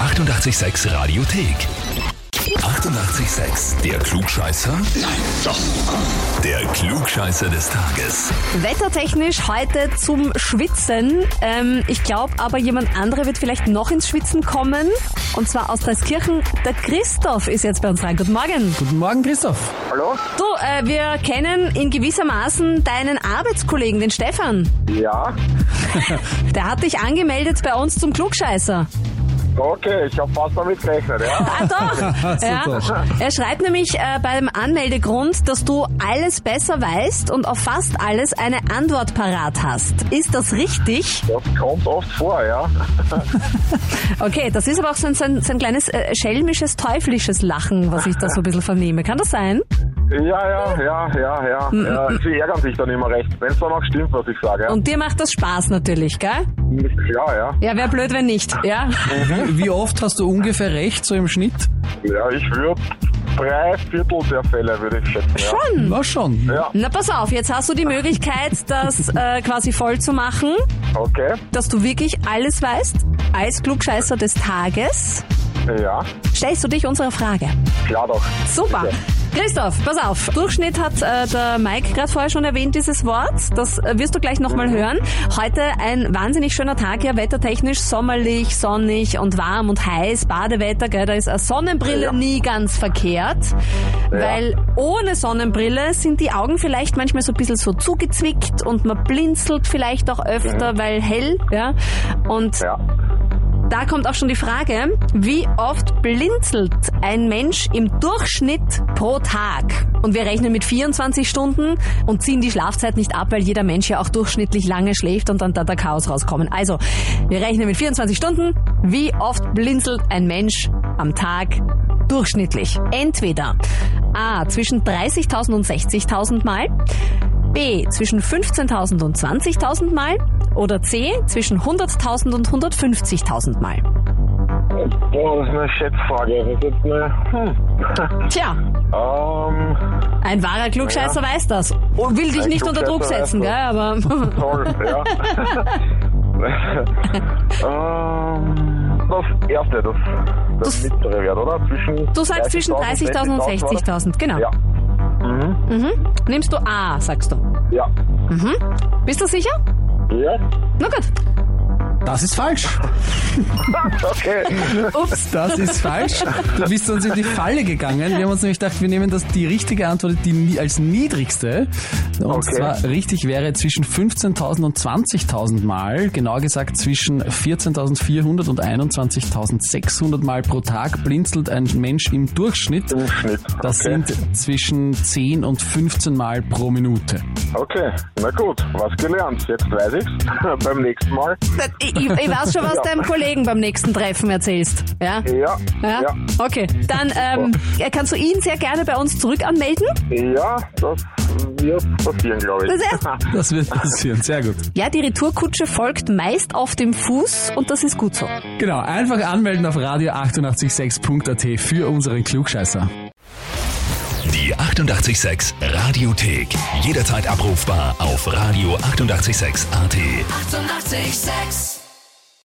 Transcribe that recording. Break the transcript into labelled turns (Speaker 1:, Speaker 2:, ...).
Speaker 1: 886 Radiothek. 88,6. Der Klugscheißer? Nein, doch. Der Klugscheißer des Tages.
Speaker 2: Wettertechnisch heute zum Schwitzen. Ähm, ich glaube aber, jemand andere wird vielleicht noch ins Schwitzen kommen. Und zwar aus Dreiskirchen. Der Christoph ist jetzt bei uns rein. Guten Morgen.
Speaker 3: Guten Morgen, Christoph.
Speaker 4: Hallo?
Speaker 2: Du, äh, wir kennen in gewissermaßen deinen Arbeitskollegen, den Stefan.
Speaker 4: Ja?
Speaker 2: Der hat dich angemeldet bei uns zum Klugscheißer.
Speaker 4: Okay, ich habe fast damit gerechnet, ja?
Speaker 2: Ah, doch.
Speaker 3: Super.
Speaker 2: Ja. Er schreibt nämlich äh, beim Anmeldegrund, dass du alles besser weißt und auf fast alles eine Antwort parat hast. Ist das richtig?
Speaker 4: Das kommt oft vor, ja?
Speaker 2: Okay, das ist aber auch so ein, so ein, so ein kleines äh, schelmisches, teuflisches Lachen, was ich da so ein bisschen vernehme. Kann das sein?
Speaker 4: Ja, ja, ja, ja, ja. ja sie ärgern sich dann immer recht, wenn es dann auch stimmt, was ich sage. Ja?
Speaker 2: Und dir macht das Spaß natürlich, gell?
Speaker 4: ja, ja.
Speaker 2: Ja, wäre blöd, wenn nicht. Ja,
Speaker 3: Wie oft hast du ungefähr recht, so im Schnitt?
Speaker 4: Ja, ich würde drei Viertel der Fälle, würde ich schätzen, ja?
Speaker 2: schon.
Speaker 3: Na schon.
Speaker 4: Ja,
Speaker 2: Na pass auf, jetzt hast du die Möglichkeit, das äh, quasi voll zu machen,
Speaker 4: okay.
Speaker 2: dass du wirklich alles weißt. Als Klugscheißer des Tages
Speaker 4: Ja,
Speaker 2: stellst du dich unserer Frage.
Speaker 4: klar doch.
Speaker 2: Super.
Speaker 4: Bitte.
Speaker 2: Christoph, pass auf. Durchschnitt hat äh, der Mike gerade vorher schon erwähnt, dieses Wort. Das äh, wirst du gleich nochmal hören. Heute ein wahnsinnig schöner Tag hier, wettertechnisch sommerlich, sonnig und warm und heiß. Badewetter, gell, da ist eine Sonnenbrille
Speaker 4: Ja.
Speaker 2: nie ganz verkehrt. Weil ohne Sonnenbrille sind die Augen vielleicht manchmal so ein bisschen so zugezwickt und man blinzelt vielleicht auch öfter, weil hell, ja. Und
Speaker 4: Ja.
Speaker 2: da kommt auch schon die Frage, wie oft blinzelt ein Mensch im Durchschnitt pro Tag? Und wir rechnen mit 24 Stunden und ziehen die Schlafzeit nicht ab, weil jeder Mensch ja auch durchschnittlich lange schläft und dann da der Chaos rauskommen. Also, wir rechnen mit 24 Stunden. Wie oft blinzelt ein Mensch am Tag durchschnittlich? Entweder A zwischen 30.000 und 60.000 Mal, B zwischen 15.000 und 20.000 Mal oder C zwischen 100.000 und 150.000 Mal.
Speaker 4: Boah, das ist eine Schätzfrage. Das ist jetzt eine... Hm.
Speaker 2: Tja,
Speaker 4: ähm,
Speaker 2: ein wahrer Klugscheißer weiß das. Und will dich
Speaker 4: Ein
Speaker 2: nicht unter Druck
Speaker 4: Klugscheißer
Speaker 2: setzen,
Speaker 4: weiß
Speaker 2: gell? Aber
Speaker 4: toll, ja. ähm, das erste, das,
Speaker 2: Das-
Speaker 4: das, mittlere Wert, oder? Zwischen
Speaker 2: du sagst zwischen 30.000 und 60.000, genau.
Speaker 4: Ja. Mhm.
Speaker 2: Mhm. Nimmst du A, sagst du.
Speaker 4: Ja.
Speaker 2: Bist du sicher?
Speaker 4: Ja?
Speaker 2: Na gut.
Speaker 3: Das ist falsch.
Speaker 4: Okay.
Speaker 2: Ups.
Speaker 3: Das ist falsch. Du bist uns in die Falle gegangen. Wir haben uns nämlich gedacht, wir nehmen das die richtige Antwort die ni- als niedrigste. Und
Speaker 4: Okay.
Speaker 3: zwar richtig wäre zwischen 15.000 und 20.000 Mal, genauer gesagt zwischen 14.400 und 21.600 Mal pro Tag blinzelt ein Mensch im Durchschnitt.
Speaker 4: Im Schnitt.
Speaker 3: Das
Speaker 4: okay.
Speaker 3: sind zwischen 10 und 15 Mal pro Minute.
Speaker 4: Okay, na gut, was gelernt. Jetzt weiß ich's. Beim nächsten Mal.
Speaker 2: Ich, ich weiß schon, was
Speaker 4: Ja.
Speaker 2: deinem Kollegen beim nächsten Treffen erzählst. Ja?
Speaker 4: Ja.
Speaker 2: Ja?
Speaker 4: Ja,
Speaker 2: Okay. Dann ähm, kannst du ihn sehr gerne bei uns zurück anmelden.
Speaker 4: ja das wird passieren, glaube ich.
Speaker 2: Das ist-
Speaker 3: Das wird passieren. Sehr gut.
Speaker 2: Ja, die Retourkutsche folgt meist auf dem Fuß und das ist gut so.
Speaker 3: Genau, einfach anmelden auf radio886.at für unseren Klugscheißer.
Speaker 1: Die 88,6 Radiothek. Jederzeit abrufbar auf radio886.at. 88,6.
Speaker 5: Eighty-eight, sex.